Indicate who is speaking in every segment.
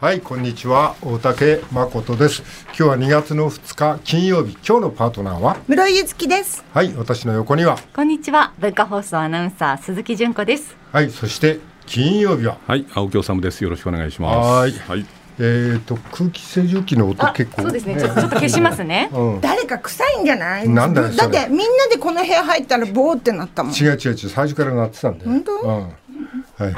Speaker 1: はいこんにちは大竹誠です今日は2月の2日金曜日今日のパートナーは
Speaker 2: 室井ゆつきです。
Speaker 1: はい私の横には
Speaker 3: こんにちは文化放送アナウンサー鈴木純子です
Speaker 1: はいそして金曜日は
Speaker 4: はい、青木治です。よろしくお願いします。
Speaker 1: はーい
Speaker 4: はい。
Speaker 1: えっ、と空気清浄機の音
Speaker 3: あ
Speaker 1: 結構
Speaker 3: そうですねちょちょっと消しますね
Speaker 1: うん
Speaker 2: 誰か臭いんじゃない？
Speaker 1: なんだよ
Speaker 2: だ
Speaker 1: そ
Speaker 2: っ
Speaker 1: れ
Speaker 2: てみんなでこの部屋入ったらボーってなったもん。
Speaker 1: 違う違う違う最初から鳴ってたんで
Speaker 2: 本当
Speaker 1: うん、はいはい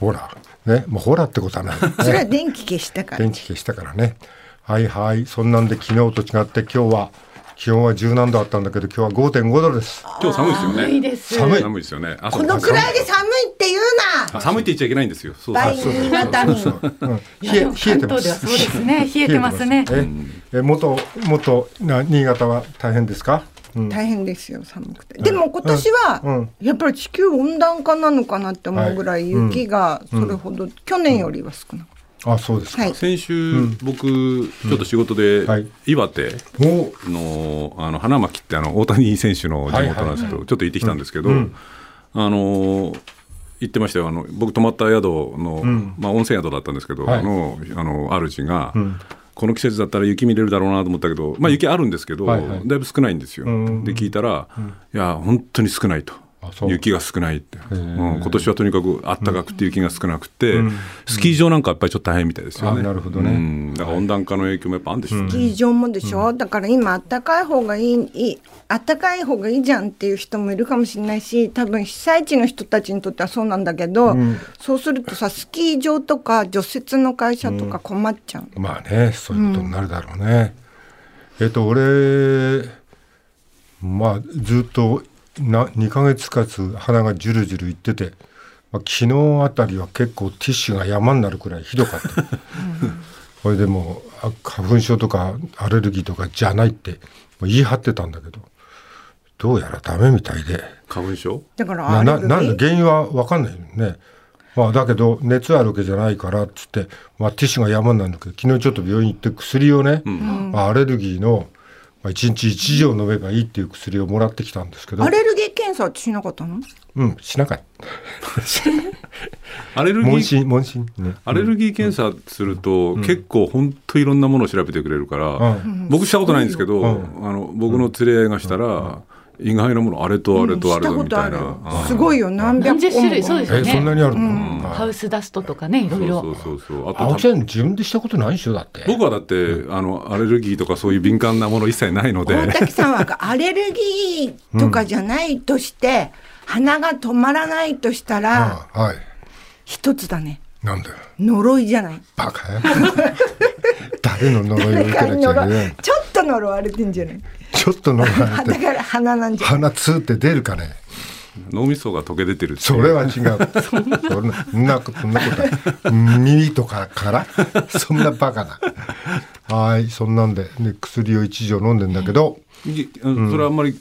Speaker 1: ほらねもうほらってことは ない、
Speaker 2: それは
Speaker 1: ね、
Speaker 2: 電気消したから。
Speaker 1: 電気消したからねはいはいそんなんで昨日と違って今日は気温は10何度あったんだけど今日は5.5度です
Speaker 4: 今日寒いですよね。
Speaker 1: 寒
Speaker 4: 寒いです
Speaker 1: い
Speaker 4: 寒いですよね。こ
Speaker 2: このくらいで寒いって言うな。
Speaker 4: 寒いって言っちゃいけないんですよ。そう
Speaker 2: バ
Speaker 4: そ
Speaker 2: イ
Speaker 4: う
Speaker 2: 日
Speaker 4: そう。
Speaker 2: に
Speaker 1: うん、冷え冷えて
Speaker 3: 関
Speaker 1: ま
Speaker 3: 東では
Speaker 1: す
Speaker 3: そうですね冷えてますね
Speaker 1: ええ元元な新潟は大変ですか？うん
Speaker 2: 大変ですよ寒くて。でも今年はやっぱり地球温暖化なのかなって思うぐらい雪がそれほど去年よりは少なく。
Speaker 1: あそうですか。
Speaker 2: はい。
Speaker 4: 先週、僕ちょっと仕事で、
Speaker 1: はい
Speaker 4: 岩手
Speaker 1: お
Speaker 4: のあの花巻ってあの大谷選手の地元なんですけど、ちょっと行ってきたんですけど、あの行ってましたよあの僕泊まった宿の、まあ、温泉宿だったんですけど、
Speaker 1: はい
Speaker 4: のあの主が、この季節だったら雪見れるだろうなと思ったけど、まあ、雪あるんですけど、
Speaker 1: はいはい
Speaker 4: だいぶ少ないんですよ。
Speaker 1: ん
Speaker 4: で聞いたら、いや本当に少ないと
Speaker 1: あそう。
Speaker 4: 雪が少ないって、うん今年はとにかく暖かくて雪が少なくて、スキー場なんかやっぱりちょっと大変みたいですよね。
Speaker 1: あなるほどね
Speaker 4: うんだから温暖化の影響もやっぱあるんでしょうね。
Speaker 2: スキー場もでしょ、だから今あったかい方がいいいいあったかい方がいいじゃんっていう人もいるかもしれないし多分被災地の人たちにとってはそうなんだけど、そうするとさスキー場とか除雪の会社とか困っちゃう、
Speaker 1: まあねそういうことになるだろうね。えっと俺まあずっとな2ヶ月かつ鼻がジュルジュルいってて、まあ、昨日あたりは結構ティッシュが山になるくらいひどかった。これでもうあ花粉症とかアレルギーとかじゃないってもう言い張ってたんだけどどうやらダメみたいで。
Speaker 4: 花粉症
Speaker 2: だから
Speaker 1: な
Speaker 2: あ
Speaker 1: な
Speaker 2: れ
Speaker 1: なんで原因は分かんないよね。まあ、だけど熱あるわけじゃないからっつって、まあ、ティッシュが山になるんだけど昨日ちょっと病院行って薬をね、まあ、アレルギーの、まあ、1日1錠飲めばいいっていう薬をもらってきたんですけど
Speaker 2: アレルギー検査ってしなかったの
Speaker 1: うんしなかった
Speaker 4: アレルギ
Speaker 1: 問
Speaker 4: ー
Speaker 1: 診問診ね
Speaker 4: アレルギー検査すると、結構本当いろんなものを調べてくれるから、
Speaker 1: う
Speaker 4: 僕したことないんですけど、
Speaker 1: うん
Speaker 4: あの僕の連れ合いがしたら、意外なものあれとあれとあ
Speaker 2: し
Speaker 4: れ
Speaker 2: た
Speaker 4: だ
Speaker 2: こ
Speaker 4: み
Speaker 2: と
Speaker 4: た
Speaker 2: あ
Speaker 4: い
Speaker 2: る
Speaker 4: な。あ
Speaker 2: すごいよ何百
Speaker 3: 何十種類そうです
Speaker 1: え
Speaker 3: よね
Speaker 1: そんなにあるの、
Speaker 3: ハウスダストとかねいろい
Speaker 4: そ
Speaker 3: ろ
Speaker 4: うそうそうそうあ
Speaker 1: 青
Speaker 4: と
Speaker 1: 木さん自分でしたことないでしょだって
Speaker 4: 僕はだって、あのアレルギーとかそういう敏感なもの一切ないので
Speaker 2: 大滝さんはアレルギーとかじゃないとして、鼻が止まらないとしたら
Speaker 1: ああはい
Speaker 2: 一つだね
Speaker 1: なんだよ
Speaker 2: 呪いじゃない
Speaker 1: バカ誰の呪いを
Speaker 2: 誰
Speaker 1: 受
Speaker 2: か
Speaker 1: けな
Speaker 2: に
Speaker 1: きゃいけ
Speaker 2: 呪
Speaker 1: ないい
Speaker 2: ちょっと呪われてんじゃない
Speaker 1: ちょっと呪わ
Speaker 2: あ
Speaker 1: れ
Speaker 2: だ
Speaker 1: て
Speaker 2: から鼻なんじゃん。
Speaker 1: 鼻つーって出るかね
Speaker 4: 脳みそが溶け出てるっていう
Speaker 1: それ は違う。そんな、そんなこと、そんなことない。耳とかから、そんなバカな。はい、そんなんで、ね、薬を一錠飲んでんだけど、
Speaker 4: いあのそれはあんまり、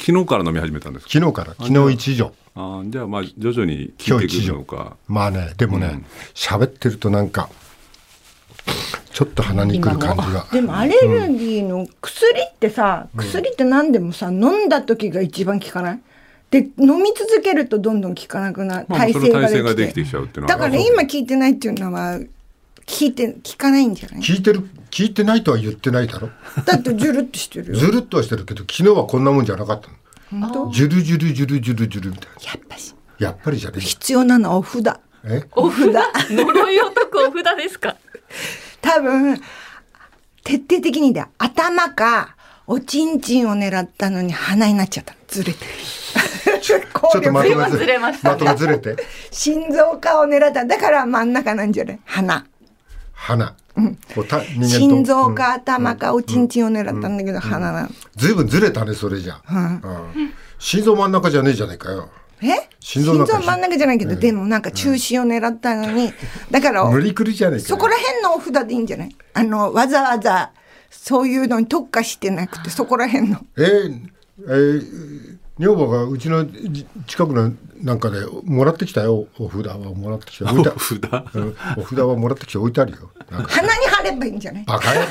Speaker 4: 昨日から飲み始めたんですか
Speaker 1: 昨日から、昨日一錠。
Speaker 4: あーじゃあまあ徐々に効いてくるのか
Speaker 1: まあね、でもね、喋、ってるとなんか、ちょっと鼻にくる感じが。
Speaker 2: でもアレルギーの薬ってさ、薬って何でもさ飲んだ時が一番効かないで飲み続けるとどんどん効かなくなる、
Speaker 4: まあ
Speaker 2: 耐性が
Speaker 4: それは耐性が
Speaker 2: でき
Speaker 4: でき
Speaker 2: て
Speaker 4: てきちゃうっていうのは
Speaker 2: だから 今効いてないっていうのは効いて効かないんじゃない
Speaker 1: 聞いてる、聞いてないとは言ってないだろ。
Speaker 2: だってジュルッとしてるよ
Speaker 1: ずるっとはしてるけど、昨日はこんなもんじゃなかったの。ジュルジュルジュルジュルジュルみたいな。
Speaker 2: やっぱし
Speaker 1: やっぱりじゃねえよ
Speaker 2: 必要なのはお札
Speaker 1: え
Speaker 2: お札
Speaker 3: 呪いを解くお札ですか
Speaker 2: 多分徹底的にだ頭かおちんちんを狙ったのに鼻になっちゃったずれ てる
Speaker 1: ちょっとまとめ
Speaker 3: ずれましたね
Speaker 1: まとめずれて。
Speaker 2: 心臓かを狙っただから真ん中なんじゃない鼻
Speaker 1: 鼻、こうた人間と
Speaker 2: 心臓か頭かおちんちんを狙ったんだけど鼻なの、
Speaker 1: ずいぶんずれたねそれじゃ、うん心臓真ん中じゃねえじゃねえかよ
Speaker 2: え
Speaker 1: 心
Speaker 2: 心
Speaker 1: 臓
Speaker 2: 臓
Speaker 1: なんか
Speaker 2: 真ん中じゃないけど、でもなんか中心を狙ったのに、だから
Speaker 1: 無理くりじゃねえかよ
Speaker 2: そこら辺のお札でいいんじゃないあのわざわざそういうのに特化してなくてそこら辺の
Speaker 1: えーえー女房がうちのじ近くのなんかで、もらってきたよ、お札はもらってきた。置いた
Speaker 4: お札
Speaker 1: うんお札はもらってきて置いてあるよ。なんか
Speaker 2: 鼻に貼ればいいんじゃない
Speaker 1: バ カや。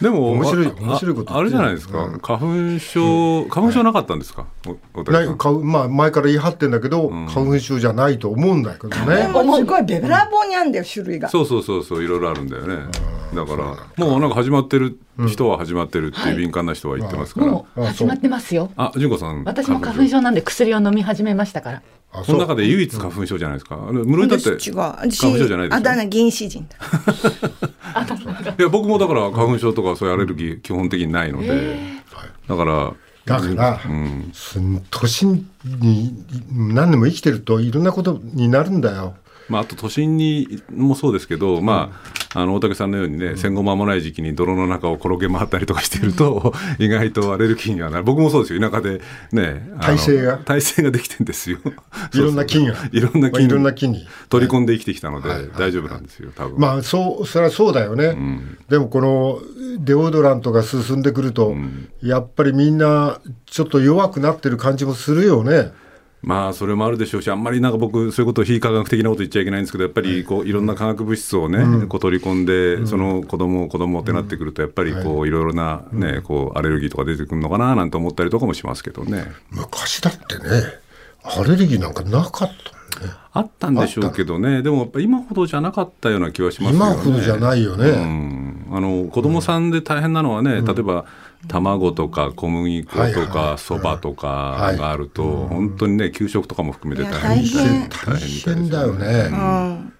Speaker 4: でも
Speaker 1: 面白い
Speaker 4: あ
Speaker 1: 面白いこと言ってる
Speaker 4: ああれじゃないですか、
Speaker 1: うん
Speaker 4: 花粉症花粉症なかったんですか、おお
Speaker 1: な
Speaker 4: 互い
Speaker 1: い花粉まあ、前から言い張ってんだけど、
Speaker 4: ん
Speaker 1: 花粉症じゃないと思うんだけど
Speaker 2: で
Speaker 1: ね。
Speaker 2: もすごいべべらぼうにあんだよ種類が
Speaker 4: そうそうそうそういろいろあるんだよねだからもうなんか始まってる人は始まってるっていう敏感な人は言ってますから、
Speaker 3: もう始まってますよ。
Speaker 4: あ純子さん
Speaker 3: 私も花粉症なんで薬を飲み始めましたから。
Speaker 1: あ
Speaker 4: その中で唯一花粉症じゃないですか、あれ室井だって
Speaker 2: 私違う
Speaker 4: 花粉
Speaker 2: 私
Speaker 4: 症じゃないで
Speaker 2: あ
Speaker 4: す
Speaker 2: だ名原始人だ
Speaker 4: いや僕もだから花粉症とかそういうアレルギー基本的にないので、だから
Speaker 1: だから、
Speaker 4: ん
Speaker 1: す都心に何年も生きてるといろんなことになるんだよ。
Speaker 4: まあ、あと都心にもそうですけど、まあ、あの大竹さんのようにね、戦後間もない時期に泥の中を転げ回ったりとかしてると、 意外とアレルギーにはなる僕もそうですよ田舎でねあの
Speaker 1: 耐性が
Speaker 4: 耐性ができてんですよ
Speaker 1: いろんな菌が
Speaker 4: そうそういろんな
Speaker 1: まあい
Speaker 4: 菌
Speaker 1: ろんな菌に
Speaker 4: 取り込んで生きてきたので、
Speaker 1: はいはい
Speaker 4: 大丈夫なんですよ多分、
Speaker 1: まあそうそれはそうだよね、でもこのデオドラントが進んでくると、やっぱりみんなちょっと弱くなってる感じもするよね。
Speaker 4: まあそれもあるでしょうしあんまりなんか僕そういうことを非科学的なこと言っちゃいけないんですけどやっぱりこういろんな化学物質をね、こう取り込んで、その子供を子供ってなってくるとやっぱりこういろいろなね、こうアレルギーとか出てくるのかななんて思ったりとかもしますけどね
Speaker 1: 昔だってねアレルギーなんかなかったもんね
Speaker 4: あったんでしょうけどねでもやっぱ今ほどじゃなかったような気はしますよね
Speaker 1: 今ほどじゃないよね。
Speaker 4: うんあの子供さんで大変なのはね、例えば卵とか小麦粉
Speaker 1: はい
Speaker 4: と
Speaker 1: はいは
Speaker 4: かそばとかがあると、本当にね給食とかも含めて大変
Speaker 2: いや大変
Speaker 1: 大
Speaker 4: 大変みたいです
Speaker 1: 変だよね、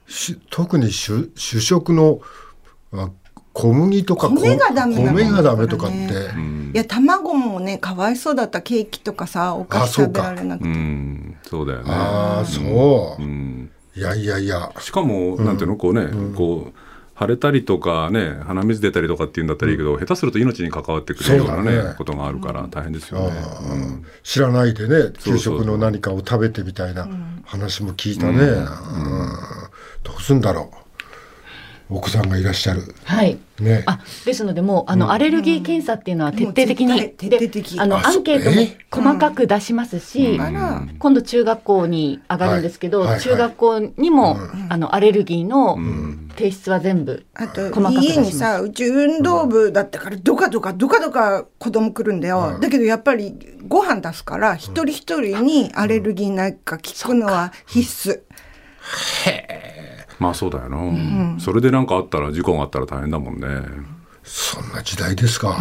Speaker 1: し特に主主食のあ小麦とかこ
Speaker 2: 米がダメなの
Speaker 1: 米がダメとかって、
Speaker 2: いや卵もねかわいそうだったケーキとかさお菓
Speaker 1: あ
Speaker 2: 子
Speaker 1: そう
Speaker 2: 食べ
Speaker 1: から
Speaker 2: れなく
Speaker 4: う
Speaker 2: て
Speaker 4: んそうだよね
Speaker 1: ああそう、
Speaker 4: うん
Speaker 1: いやいやいや
Speaker 4: しかも、なんていうのこうね、こう腫れたりとかね鼻水出たりとかっていうんだったらいいけど、下手すると命に関わってくるような
Speaker 1: そう
Speaker 4: ね
Speaker 1: だね
Speaker 4: ことがあるから大変ですよね。うん
Speaker 1: 知らないでね
Speaker 4: そうそう
Speaker 1: 給食の何かを食べてみたいな話も聞いたね、うんどうすんだろう奥さんがいらっしゃる
Speaker 3: はい。
Speaker 1: ね
Speaker 3: あですのでもうあのアレルギー検査っていうのは徹底的
Speaker 2: もう
Speaker 3: に
Speaker 2: 絶対徹底的
Speaker 3: であの
Speaker 1: あ
Speaker 3: アンケートも
Speaker 1: え
Speaker 3: 細かく出しますし、
Speaker 2: だから
Speaker 3: 今度中学校に上がるんですけど、
Speaker 1: はいはいはい
Speaker 3: 中学校にも、あのアレルギーの提出は全部、
Speaker 2: あと
Speaker 3: 細かく出し
Speaker 2: 家
Speaker 3: ま
Speaker 2: に
Speaker 3: す
Speaker 2: さうち運動部だったからどかどかどかどか子供来るんだよ、だけどやっぱりご飯出すから一人一人にアレルギーなんか聞くのは必須、
Speaker 4: まあそうだよな、それでなんかあったら事故があったら大変だもんね。
Speaker 1: そんな時代ですか、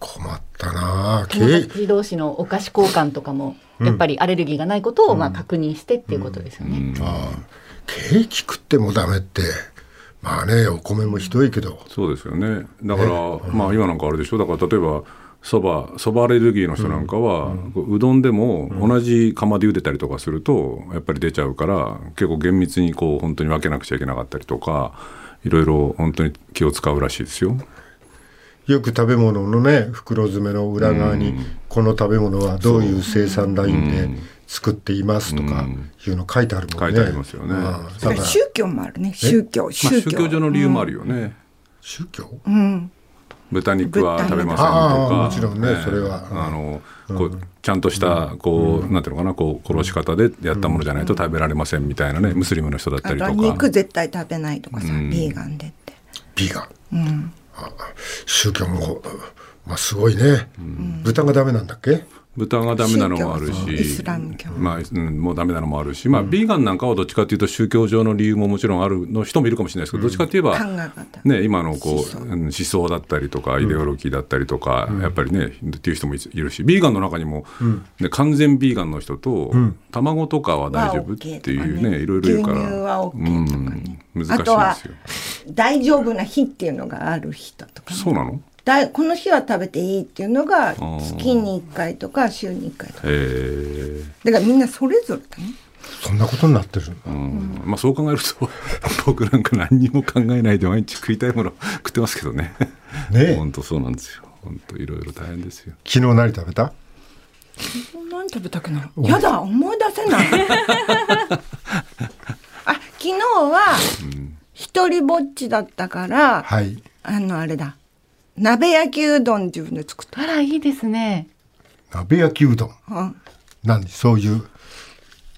Speaker 1: 困ったなあ経
Speaker 3: 友
Speaker 1: 営
Speaker 3: 達同士のお菓子交換とかも、やっぱりアレルギーがないことをまあ確認してっていうことですよね。
Speaker 1: ああケーキ食ってもダメってまあねお米もひどいけど
Speaker 4: そうですよね。だから、まあ今なんかあれでしょ。だから例えばそばそばアレルギーの人なんかは、こううどんでも同じ釜で茹でたりとかするとやっぱり出ちゃうから結構厳密にこう本当に分けなくちゃいけなかったりとかいろいろ本当に気を使うらしいですよ。
Speaker 1: よく食べ物のね袋詰めの裏側に、この食べ物はどういう生産ラインで作っていますとかいうの書いてあるもんね。
Speaker 4: 書いてありますよね
Speaker 1: ああ
Speaker 2: そ
Speaker 1: だか
Speaker 2: れからら宗教もあるね宗教
Speaker 4: まあ、
Speaker 2: 宗
Speaker 4: 宗
Speaker 2: 教,、
Speaker 4: 教上の理由もあるよね。
Speaker 1: 宗教
Speaker 4: 豚肉は食べません
Speaker 1: あ
Speaker 4: とか
Speaker 1: あもちろんね
Speaker 4: ええ
Speaker 1: それは
Speaker 4: あのこうちゃんとしたこうなんていうのかなこう殺し方でやったものじゃないと食べられませんみたいなねムスリムの人だった
Speaker 2: あ
Speaker 4: り
Speaker 2: と
Speaker 4: と
Speaker 2: は
Speaker 4: か
Speaker 2: 肉絶対食べないとかさ、ビーガンでって
Speaker 1: ビガン、ああ宗教もまあすごいね、豚がダメなんだっけ
Speaker 4: 豚がダメなのもある
Speaker 2: 宗教
Speaker 4: し
Speaker 2: イスラム教
Speaker 4: まあうん、もうダメなのもあるし、まあ、ビーガンなんかはどっちかというと宗教上の理由ももちろんあるの人もいるかもしれないですけど、どっちかといえば
Speaker 2: 考え方、
Speaker 4: ね、今のこう
Speaker 2: 思
Speaker 4: 思
Speaker 2: 想
Speaker 4: 想思想だったりとかイデオロギーだったりとか、やっぱりねっていう人もいるしビーガンの中にも、ね、完全ビーガンの人と、卵とかは大丈夫っていう
Speaker 2: は OK とか
Speaker 4: ね
Speaker 2: ね
Speaker 4: いろいろいるから
Speaker 2: 牛乳は OK とかね
Speaker 4: うん、難しい
Speaker 2: あとは
Speaker 4: ですよ。
Speaker 2: 大丈夫な日っていうのがある人とかね、
Speaker 4: そうなの
Speaker 2: だいこの日は食べていいっていうのが月に1回とか週に1回とか
Speaker 4: えー
Speaker 2: だからみんなそれぞれだね
Speaker 1: そんなことになってる
Speaker 4: うんまあ、そう考えると 僕なんか何にも考えないで毎日食いたいもの食ってますけどね
Speaker 1: ねえ
Speaker 4: 本当そうなんですよ本当いろいろ大変ですよ
Speaker 1: 昨日何食べた
Speaker 2: 何食べたっけなやだ思い出せない あ昨日は一人ぼっちだったから、
Speaker 1: はい
Speaker 2: あのあれだ鍋焼きうどん自分で作った、
Speaker 3: あらいいですね。
Speaker 1: 鍋焼きうどん
Speaker 2: うん
Speaker 1: 何そういう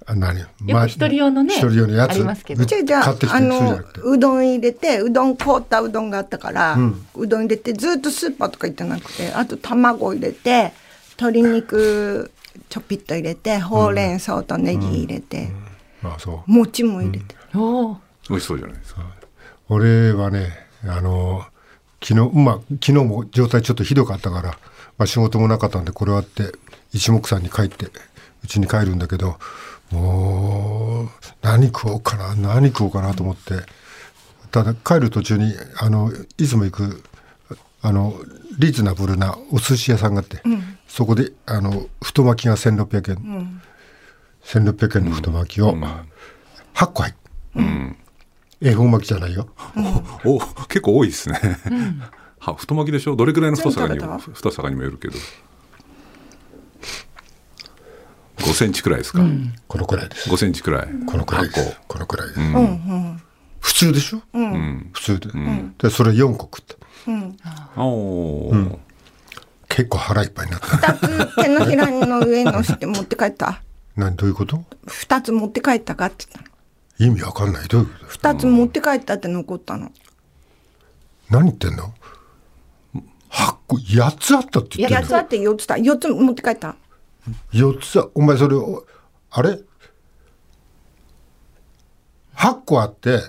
Speaker 1: あ何
Speaker 3: よく一人用のね
Speaker 1: 一人用のやつ
Speaker 3: ありますけど
Speaker 1: うち
Speaker 2: じゃあじ
Speaker 1: 買
Speaker 2: ゃあ
Speaker 1: ってきて
Speaker 2: あ
Speaker 1: するじゃ
Speaker 2: の
Speaker 1: なくて
Speaker 2: うどん入れてうどん凍ったうどんがあったから、
Speaker 1: ん
Speaker 2: うどん入れてずっとスーパーとか行ってなくてあと卵入れて鶏肉ちょぴっと入れてほうれん草とネギ入れて、
Speaker 1: まあそう
Speaker 2: 餅も入れて、
Speaker 3: おー
Speaker 4: 美味しそうじゃないですか
Speaker 1: 俺はねあの昨日まあ昨日も状態ちょっとひどかったから、まあ、仕事もなかったんでこれはって一目散に帰ってうちに帰るんだけどもう何食おうかな何食おうかなと思ってただ帰る途中にあのいつも行くあのリーズナブルなお寿司屋さんがあって、そこであの太巻きが1600円、1600円の太巻きを8個入って。恵方巻きじゃないよ。
Speaker 4: お結構多いですね、 は太巻きでしょどれくらいの太さかに
Speaker 2: 全部
Speaker 4: も
Speaker 2: 食
Speaker 4: 太さかにもよるけど5センチくらいですか、
Speaker 1: このくらいです。
Speaker 4: 5センチくらい
Speaker 1: このくらいで
Speaker 4: 八
Speaker 1: す
Speaker 4: 個。
Speaker 1: このくらいです。
Speaker 2: うんうん
Speaker 1: 普通でしょ、
Speaker 4: うん
Speaker 1: 普通で。で、それ4個食った。
Speaker 4: あおー
Speaker 1: 結構腹いっぱいになった。
Speaker 2: 二つ手のひらの上のして持って帰った
Speaker 1: 何、どういうこと
Speaker 2: 二つ持って帰ったかって言っ
Speaker 1: 意味わかんない。どういうこと
Speaker 2: たの二つ持って帰ったって残ったの
Speaker 1: 何言ってんの ?8 個、8つあったって言って
Speaker 2: 八
Speaker 1: ん
Speaker 2: つあ
Speaker 1: の
Speaker 2: って四つだ四つ持って帰った
Speaker 1: 四つあ、お前それを、あれ ?8 個あって、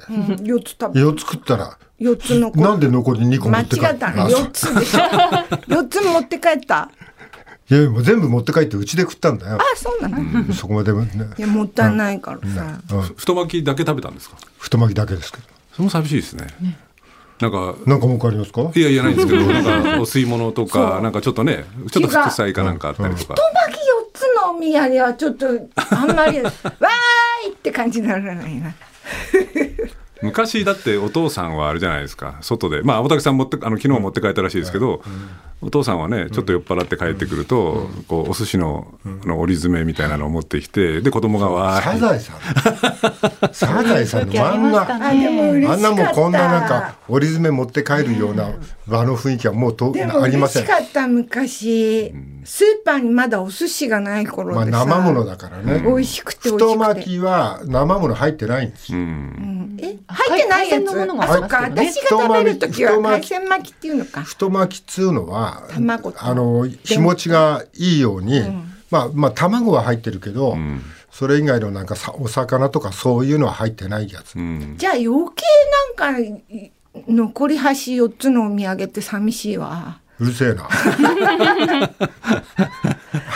Speaker 2: 四つ食べ
Speaker 1: 4つ食ったら、
Speaker 2: 四つ残る
Speaker 1: なんで残り2個持
Speaker 2: 間
Speaker 1: って帰
Speaker 2: 違
Speaker 1: っ
Speaker 2: った
Speaker 1: た
Speaker 2: の
Speaker 1: あそう
Speaker 2: 4つでしょ4つ持って帰った
Speaker 1: いや、もう全部持って帰ってうちで食ったんだよ
Speaker 2: あ。そうなの、い
Speaker 1: そこまでもね、
Speaker 2: やもったいないからさ、
Speaker 1: うん、
Speaker 4: 太巻きだけ食べたんですか
Speaker 1: 太巻きだけですけど。
Speaker 4: それも寂しいですねなんか
Speaker 1: なんか文句ありますか
Speaker 4: いやいやないんですけどなんかお吸い物とかなんかちょっとねちょっと
Speaker 2: 気が
Speaker 4: 副菜かなんかあったりとか、
Speaker 2: 太巻き4つのお土産はちょっとあんま りわーいって感じにならないな
Speaker 4: 昔だってお父さんはあれじゃないですか外でまあ大竹さん持ってあの昨日持って帰ったらしいですけど、お父さんはねちょっと酔っ払って帰ってくると、こうお寿司の,、の折り詰めみたいなのを持ってきてで子供がわ
Speaker 1: サ
Speaker 4: ーい
Speaker 1: ザエさん。 サザエさんの漫画。
Speaker 2: あでも嬉しか
Speaker 1: あ
Speaker 2: っ
Speaker 1: ん
Speaker 2: た
Speaker 1: なもんこんななんか折り詰め持って帰るような場の雰囲気はもうと
Speaker 2: でも
Speaker 1: ありま
Speaker 2: 嬉
Speaker 1: せ
Speaker 2: し
Speaker 1: ん。
Speaker 2: かった昔、スーパーにまだお寿司がない
Speaker 1: ま
Speaker 2: 頃
Speaker 1: あ
Speaker 2: でさ、
Speaker 1: 生ものだからね。
Speaker 2: 美味しくて美味
Speaker 1: 太
Speaker 2: しく
Speaker 1: 巻
Speaker 2: て
Speaker 1: きは生もの入ってないんです
Speaker 4: う
Speaker 1: よ。
Speaker 4: ん
Speaker 2: え入ってないや
Speaker 3: 海鮮
Speaker 2: つ
Speaker 3: のものも
Speaker 2: あ
Speaker 3: あり
Speaker 2: そ
Speaker 3: ま
Speaker 2: っ
Speaker 3: すけ
Speaker 2: か
Speaker 3: どね
Speaker 2: 私が食べる時は
Speaker 1: 太巻
Speaker 2: 海
Speaker 1: き
Speaker 2: 鮮巻きっていうのか
Speaker 1: 太巻きっつうのは
Speaker 2: 卵と
Speaker 1: あの日持ちがいいように、まあまあ卵は入ってるけど、それ以外のなんかさお魚とかそういうのは入ってないやつ。
Speaker 4: うん
Speaker 2: じゃあ余計なんかい残り端4つのお土産って寂しいわ。
Speaker 1: うるせえな。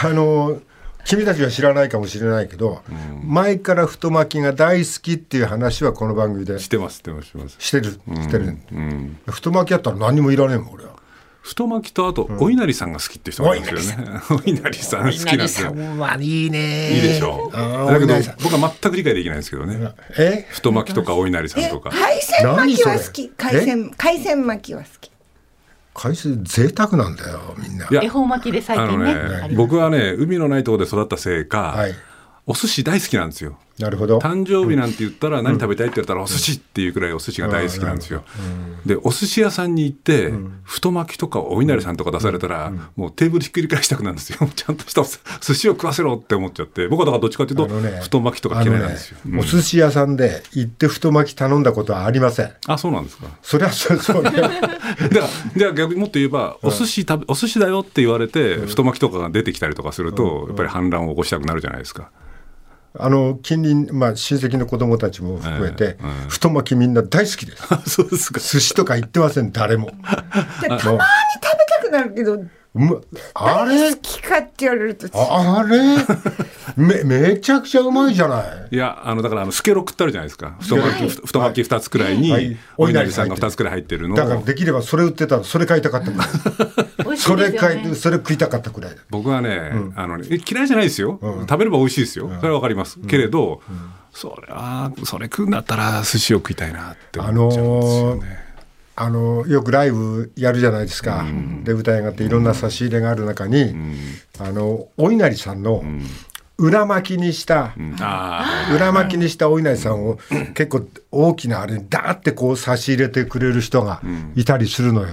Speaker 1: あの君たちは知らないかもしれないけど、前から太巻きが大好きっていう話はこの番組で
Speaker 4: してますしてますしてます、
Speaker 1: してるしてる、
Speaker 4: うん、
Speaker 1: 太巻きやったら何もいらねえもん俺は
Speaker 4: 太巻きとあと、お稲荷さんが好きって人もいるんですよねお稲荷さん好きなんですよ
Speaker 1: はいいね
Speaker 4: いいでしょうだ
Speaker 1: だ
Speaker 4: け
Speaker 1: け
Speaker 4: ど
Speaker 1: ど
Speaker 4: 僕は全く理解できないんですけどね
Speaker 1: え
Speaker 4: 太巻きとかお稲荷さん
Speaker 2: え
Speaker 4: とか
Speaker 2: 海鮮巻きは
Speaker 1: 何
Speaker 2: 好き。
Speaker 1: そ
Speaker 2: 海
Speaker 1: れ
Speaker 2: 鮮海鮮巻きは好き。
Speaker 1: 海鮮贅沢なんだよみんない
Speaker 4: や
Speaker 3: 恵方巻きで最
Speaker 4: あの
Speaker 3: 近ねあ
Speaker 4: ね
Speaker 3: ります
Speaker 4: 僕はね海のないところで育ったせいか、
Speaker 1: はい
Speaker 4: お寿司大好きなんですよ
Speaker 1: なるほど
Speaker 4: 誕生日なんて言ったら何食べたいって言ったらお寿司っていうくらいお寿司が大好きなんですよ。でお寿司屋さんに行って太巻きとかお稲荷さんとか出されたらもうテーブルひっくり返したくなるんですよ。 ちゃんとしたお寿寿司を食わせろって思っちゃって僕はだからどっちかというと
Speaker 1: あのね
Speaker 4: 太巻きとか
Speaker 1: あ
Speaker 4: 嫌
Speaker 1: の
Speaker 4: いなん
Speaker 1: ね
Speaker 4: ですよ。
Speaker 1: お寿司屋さんで行って太巻き頼んだことはありません
Speaker 4: あそうなんですか。
Speaker 1: そりゃそう そうね
Speaker 4: だからじゃあ逆にもっと言えばお寿司食べお寿司だよって言われて太巻きとかが出てきたりとかするとやっぱり反乱を起こしたくなるじゃないですか。
Speaker 1: あの近隣、まあ、親戚の子供たちも含めて、太巻きみんな大好きです
Speaker 4: そうですか。
Speaker 1: 寿司とか行ってません誰も
Speaker 2: でたまに食べたくなるけど、
Speaker 1: うまあれ
Speaker 2: 大好きかって言われると。
Speaker 1: ああれめめちゃくちゃうまいじゃない。
Speaker 4: いやあのだからあのスケロ食ってあるじゃないですか太巻き、ふ太巻き2つくらいに、
Speaker 1: はい
Speaker 4: お稲荷さんが2つくらい入ってるの
Speaker 1: だから
Speaker 4: を
Speaker 1: できればそれ売ってたらそれ買いたかったくらい。
Speaker 3: 美味し
Speaker 1: そ
Speaker 3: いで
Speaker 1: れ
Speaker 3: すよ
Speaker 1: 買
Speaker 3: ね
Speaker 1: いそれ食いたかったくらいだ。
Speaker 4: 僕はね、あのねえ嫌いじゃないですよ、食べれば美味しいですよ、それはわかります、けれど、それはそれ食うんだったら寿司を食いたいなって
Speaker 1: あ
Speaker 4: 思っちゃうんですよ
Speaker 1: のー
Speaker 4: ね、
Speaker 1: あのよくライブやるじゃないですか、で歌いがあっていろんな差し入れがある中に、あのお稲荷さんの裏巻きにした、
Speaker 4: あ
Speaker 1: 裏巻きにしたお稲荷さんを結構大きなあれにダーってこう差し入れてくれる人がいたりするのよ、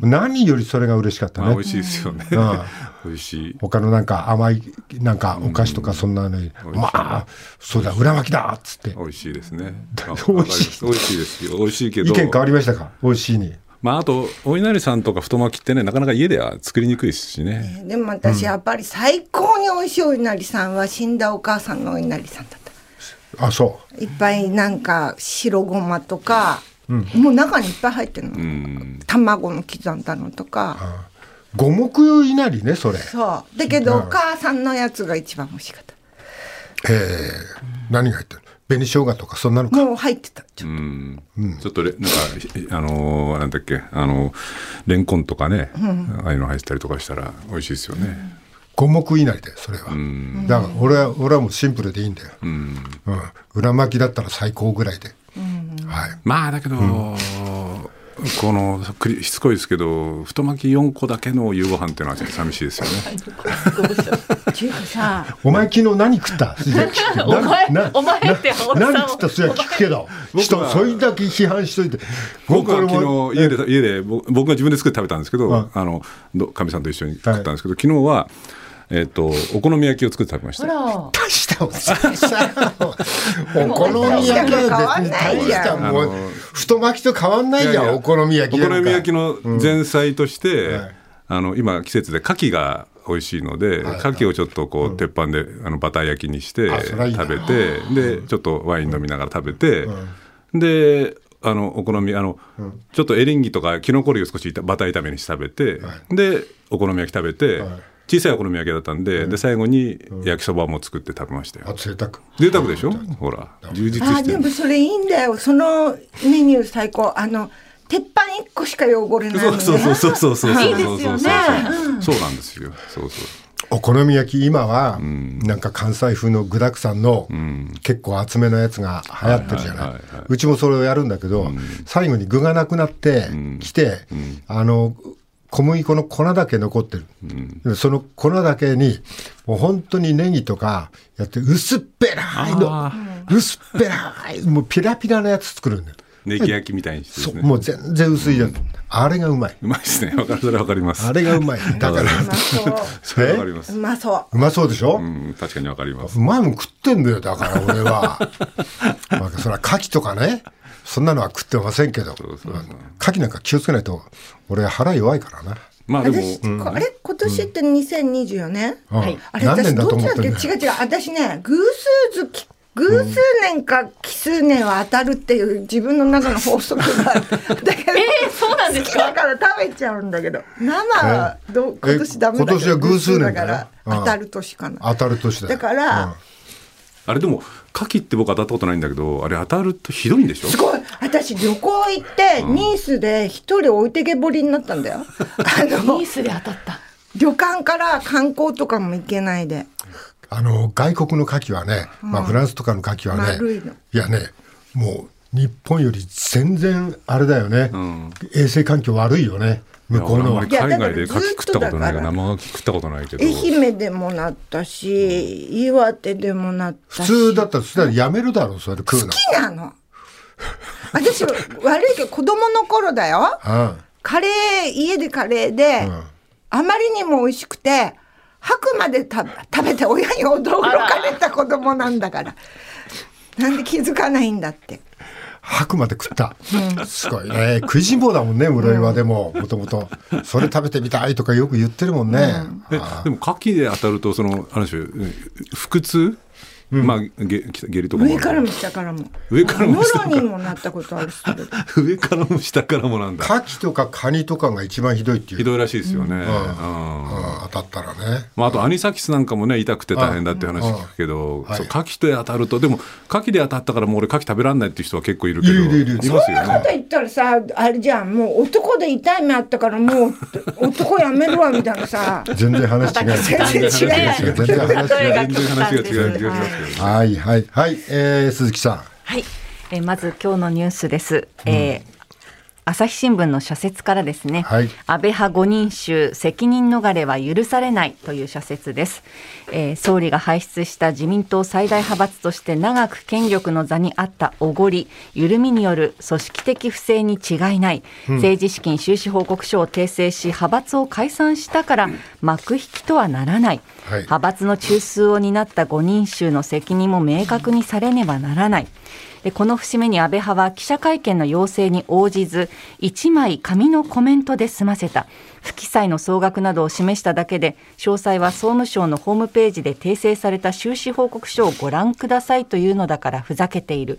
Speaker 1: 何よりそれが嬉しかっ
Speaker 4: ー
Speaker 1: た
Speaker 4: まあ美
Speaker 1: ね
Speaker 4: 味しいですよね
Speaker 1: ん
Speaker 4: 美味しい
Speaker 1: 他のなんか甘いなんかお菓子とかそんなのに、
Speaker 4: うん
Speaker 1: まあそうだ裏巻きだっつって
Speaker 4: 美味しいですね
Speaker 1: 美味しい
Speaker 4: あわかります美味しいですよ美味しいけど
Speaker 1: 意見変わりましたか美味しいに
Speaker 4: まああとお稲荷さんとか太巻きってねなかなか家では作りにくいですしね
Speaker 2: でも私やっぱり最高に美味しいお稲荷さんは死んだお母さんのお稲荷さんだった
Speaker 1: あそ
Speaker 2: いっぱいなんか白ごまとか、もう中にいっぱい入ってるの、
Speaker 4: うん
Speaker 2: 卵の刻んだのとか、
Speaker 1: う五目稲荷ねそれ
Speaker 2: そうだけ
Speaker 1: う
Speaker 2: ど
Speaker 1: ん
Speaker 2: お母さんのやつが一番美味しかった
Speaker 1: えー何が入ってるの紅生姜とかそんなのか
Speaker 2: もう入ってたちょっ
Speaker 4: うんちょっとれなんかあのーなんだっけあのーレンコンとかねああいうの入ってたりとかしたら美味しいですよね
Speaker 1: 五目稲荷でそれはだから俺は俺はもうシンプルでいいんだよ、
Speaker 4: うん
Speaker 1: うん、裏巻きだったら最高ぐらいで、はい
Speaker 4: まあだけど、このくりしつこいですけど太巻き4個だけの夕ご飯っていう のはちょっと寂しいですよね
Speaker 2: とっていうかさ
Speaker 1: お前昨日何食 った
Speaker 3: お前
Speaker 1: なな
Speaker 3: お前って青木さんを
Speaker 1: 何食ったそりゃ聞くけど
Speaker 4: 僕
Speaker 1: 人
Speaker 4: は
Speaker 1: それだけ批判しといて
Speaker 4: 僕は
Speaker 1: これも
Speaker 4: 昨日家で家でぼ僕が自分で作って食べたんですけど
Speaker 1: はい
Speaker 4: あのどかみさんと一緒に作ったんですけど、昨日は、えっとお好み焼きを作って食べまし
Speaker 3: ほ
Speaker 4: た
Speaker 3: ら
Speaker 1: 大したおささ お好み焼きは別に大したも
Speaker 4: あ
Speaker 1: う
Speaker 4: の
Speaker 1: 太巻きと変わんないじゃん
Speaker 4: いやいや
Speaker 1: お好み焼きなん
Speaker 4: お
Speaker 1: か
Speaker 4: 好み焼きの前菜として、
Speaker 1: うんはい
Speaker 4: あの今季節で牡蠣が美味しいので、
Speaker 1: はい
Speaker 4: 牡蠣をちょっとこう、鉄板であのバター焼きにして
Speaker 1: あそれはいいな
Speaker 4: 食べてでちょっとワイン飲みながら食べて、であのお好みあの、ちょっとエリンギとかキノコ類を少し炒バター炒めにして食べて、でお好み焼き食べて、
Speaker 1: はい
Speaker 4: 小さいお好み焼きだったんで,、で最後に焼きそばも作って食べましたよ、
Speaker 1: あ贅沢
Speaker 4: 贅沢でしょほら充実
Speaker 2: あー
Speaker 4: して
Speaker 2: で
Speaker 4: る
Speaker 2: もそれいいんだよそのメニュー最高あの鉄板1個しか汚れないの
Speaker 4: そう
Speaker 2: ね
Speaker 4: そうそうそうそうそうそう
Speaker 3: いいですよね
Speaker 4: そうなんですよそうそう
Speaker 1: お好み焼き今はなんか関西風の具沢山の結構厚めのやつが流行ってるじゃ
Speaker 4: はい
Speaker 1: な
Speaker 4: はいいはいはいう
Speaker 1: ちもそれをやるんだけど最後に具がなくなってきてあの小麦粉の粉だけ残ってるその粉だけにもう本当にネギとかやって薄っぺらいの
Speaker 4: あ
Speaker 1: 薄っぺらいもうピラピラのやつ作るんだよ
Speaker 4: ネギ焼きみたいにしてで
Speaker 1: そ
Speaker 4: す
Speaker 1: う
Speaker 4: ね
Speaker 1: もう全然薄いじゃんあれがうまいう
Speaker 4: まいですねわかるそれはわかります
Speaker 1: あれがうまいだから
Speaker 2: うまそう
Speaker 4: それはわかりま
Speaker 2: う
Speaker 4: す
Speaker 2: まそう
Speaker 1: うまそうでしょ
Speaker 4: うん確かにわかります
Speaker 1: うまいもん食ってんだよだから俺は まあそれは牡蠣とかねそんなのは食ってませんけど
Speaker 4: うそうそう
Speaker 1: まあ牡蠣なんか気をつけないと俺腹弱いからな
Speaker 4: まあでも
Speaker 2: 私、こあれ今年って2024年、
Speaker 1: うん
Speaker 3: はい
Speaker 2: あれ
Speaker 1: 何
Speaker 2: 私
Speaker 1: 年だ
Speaker 2: ど
Speaker 1: と
Speaker 2: っち
Speaker 1: 思
Speaker 2: だ
Speaker 1: っ
Speaker 2: っけ
Speaker 1: て
Speaker 2: 違
Speaker 1: ん
Speaker 2: う
Speaker 1: だよ
Speaker 2: 違う私ね偶数月偶数年か奇数年は当たるっていう自分の中の法則があ るだけど
Speaker 3: えー、そうなんで
Speaker 2: 好
Speaker 3: す
Speaker 2: きだ
Speaker 3: か
Speaker 2: から食べちゃうんだけど生はどう
Speaker 1: え
Speaker 2: 今年ダメだけど
Speaker 1: 今年は偶数年だよ
Speaker 2: だから
Speaker 1: うん
Speaker 2: 当たる年かな
Speaker 1: 当たる年だよ
Speaker 2: だから、
Speaker 1: うん
Speaker 4: あれでも牡蠣って僕当たったことないんだけどあれ当たるとひどいんでしょ
Speaker 2: すごい私旅行行ってニースで一人置いてけぼりになったん だよあの
Speaker 3: ニースで当たった
Speaker 2: 旅館から観光とかも行けないで
Speaker 1: あの外国の牡蠣はね、まあ、フランスとかの牡蠣はね、
Speaker 2: 丸い
Speaker 1: い
Speaker 2: の
Speaker 1: やねもう日本より全然あれだよね、
Speaker 4: ん
Speaker 1: 衛生環境悪いよね向こうの
Speaker 4: いや俺あんまり海外で
Speaker 2: いやだか
Speaker 4: 牡
Speaker 2: ら
Speaker 4: 蠣
Speaker 2: ずっ
Speaker 4: 食っ
Speaker 2: と
Speaker 4: た
Speaker 2: だか
Speaker 4: こと
Speaker 2: ら
Speaker 4: ないから生牡蠣食ったことないけど
Speaker 2: 愛媛でもなったし、岩手でもなった
Speaker 1: 普
Speaker 2: し
Speaker 1: 通だったらそれはやめるだろうそれ食うの
Speaker 2: 好きなの私悪いけど子供の頃だよ
Speaker 1: うん
Speaker 2: カレー家でカレーで、
Speaker 1: ん
Speaker 2: あまりにも美味しくて吐くまで食べ食べて親に驚かれた子供なんだからなんで気づかないんだって
Speaker 1: 吐くまで食った、すごいね食いしん坊だもんね室井はでももともとそれ食べてみたいとかよく言ってるもんね、
Speaker 4: えでも牡蠣で当たるとそのあれでしょうん腹痛まあ下下痢とかもあ
Speaker 2: 上
Speaker 4: る
Speaker 2: からも下からも
Speaker 4: 上からも下
Speaker 2: ノ
Speaker 4: か
Speaker 2: ロに
Speaker 4: ら
Speaker 2: もなったことあるしそれで
Speaker 4: 上からも下からもなんだ
Speaker 1: 牡蠣とかカニとかが一番ひどいっていう
Speaker 4: ひどいらしいですよねうん
Speaker 1: うん当たったらね
Speaker 4: まあ、あとアニサキスなんかもね痛くて大変だって話聞くけど、
Speaker 1: ああ
Speaker 4: そう
Speaker 1: は
Speaker 4: 牡蠣で当たるとでも牡蠣で当たったからもう俺牡蠣食べられないっていう人は結構いるけど
Speaker 1: いるいるいる
Speaker 4: います
Speaker 2: そん
Speaker 4: よ
Speaker 2: なこと
Speaker 4: ね
Speaker 2: 言ったらさあれじゃんもう男で痛い目あったからもう男やめるわみたいなさ
Speaker 1: 全然話違う
Speaker 2: 全然違うやん
Speaker 1: 全然話が
Speaker 3: 例え
Speaker 4: 全然
Speaker 3: 来た
Speaker 4: 話
Speaker 3: ん
Speaker 4: が違う
Speaker 3: です
Speaker 4: 気がしますけど、ね
Speaker 1: はいはいはい、えー鈴木さん
Speaker 3: はい、えーまず今日のニュースです。えー
Speaker 5: 朝日新聞の社説からですね、
Speaker 1: はい
Speaker 5: 安倍派5人衆責任逃れは許されないという社説です、えー総理が輩出した自民党最大派閥として長く権力の座にあったおごり緩みによる組織的不正に違いない、政治資金収支報告書を訂正し派閥を解散したから幕引きとはならない、
Speaker 1: はい
Speaker 5: 派閥の中枢を担った5人衆の責任も明確にされねばならない。でこの節目に安倍派は記者会見の要請に応じず1枚紙のコメントで済ませた不記載の総額などを示しただけで詳細は総務省のホームページで訂正された収支報告書をご覧くださいというのだからふざけている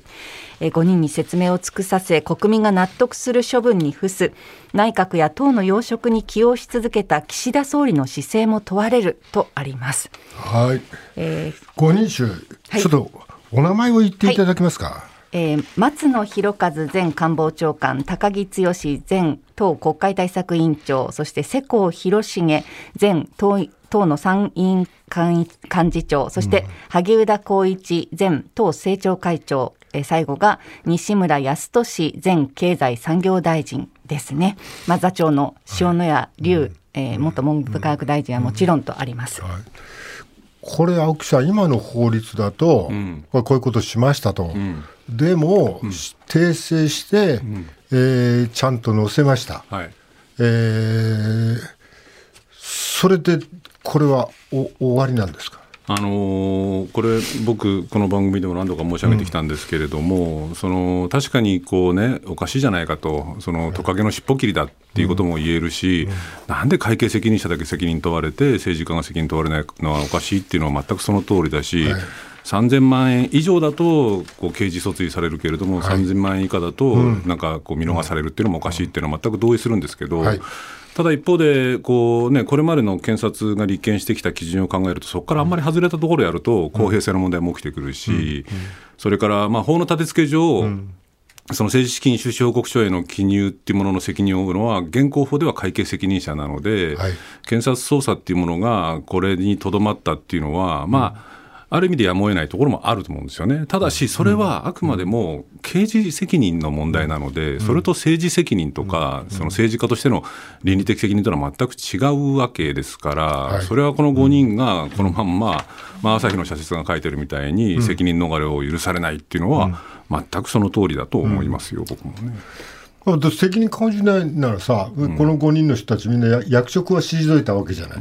Speaker 5: え5人に説明を尽くさせ国民が納得する処分に付す内閣や党の要職に起用し続けた岸田総理の姿勢も問われるとあります。
Speaker 1: はい。
Speaker 5: えー
Speaker 1: 五人衆、ちょっとお名前を言っていただけますか。
Speaker 5: えー松野博一前官房長官、高木剛前党国会対策委員長、そして世耕弘成前党党の参院幹幹事長、そして萩生田光一前党政調会長、えー最後が西村康稔前経済産業大臣ですね。まあ、座長の塩野谷龍、えー元文部科学大臣はもちろんとあります。
Speaker 1: これ青木さん今の法律だと、これこういうことしましたと、でも、訂正して、えーちゃんと載せました、
Speaker 4: はい
Speaker 1: えーそれでこれはお終わりなんですか
Speaker 4: あのーこれ僕この番組でも何度か申し上げてきたんですけれども、その確かにこうねおかしいじゃないかとそのトカゲの尻尾切りだっていうことも言えるし、なんで会計責任者だけ責任問われて政治家が責任問われないのはおかしいっていうのは全くその通りだし。3000万円以上だとこう刑事訴追されるけれども、3000万円以下だとなんかこう見逃されるっていうのもおかしいっていうのは全く同意するんですけど、
Speaker 1: はい
Speaker 4: ただ一方でこう、ね、これまでの検察が立件してきた基準を考えると、そこからあんまり外れたところをやると、公平性の問題も起きてくるし、それからまあ法の立て付け上、その政治資金収支報告書への記入っていうものの責任を負うのは、現行法では会計責任者なので、
Speaker 1: はい
Speaker 4: 検察捜査っていうものがこれにとどまったっていうのは、まあ、ある意味でやむを得ないところもあると思うんですよね。ただし、それはあくまでも刑事責任の問題なので、それと政治責任とか、その政治家としての倫理的責任というのは全く違うわけですから、
Speaker 1: い
Speaker 4: それはこの5人がこのまんま、まあ、朝日の社説が書いてるみたいに、責任逃れを許されないっていうのは、全くその通りだと思いますよ、僕もね。
Speaker 1: あだって責任感じないならさ、この5人の人たちみんなや役職は退いたわけじゃない、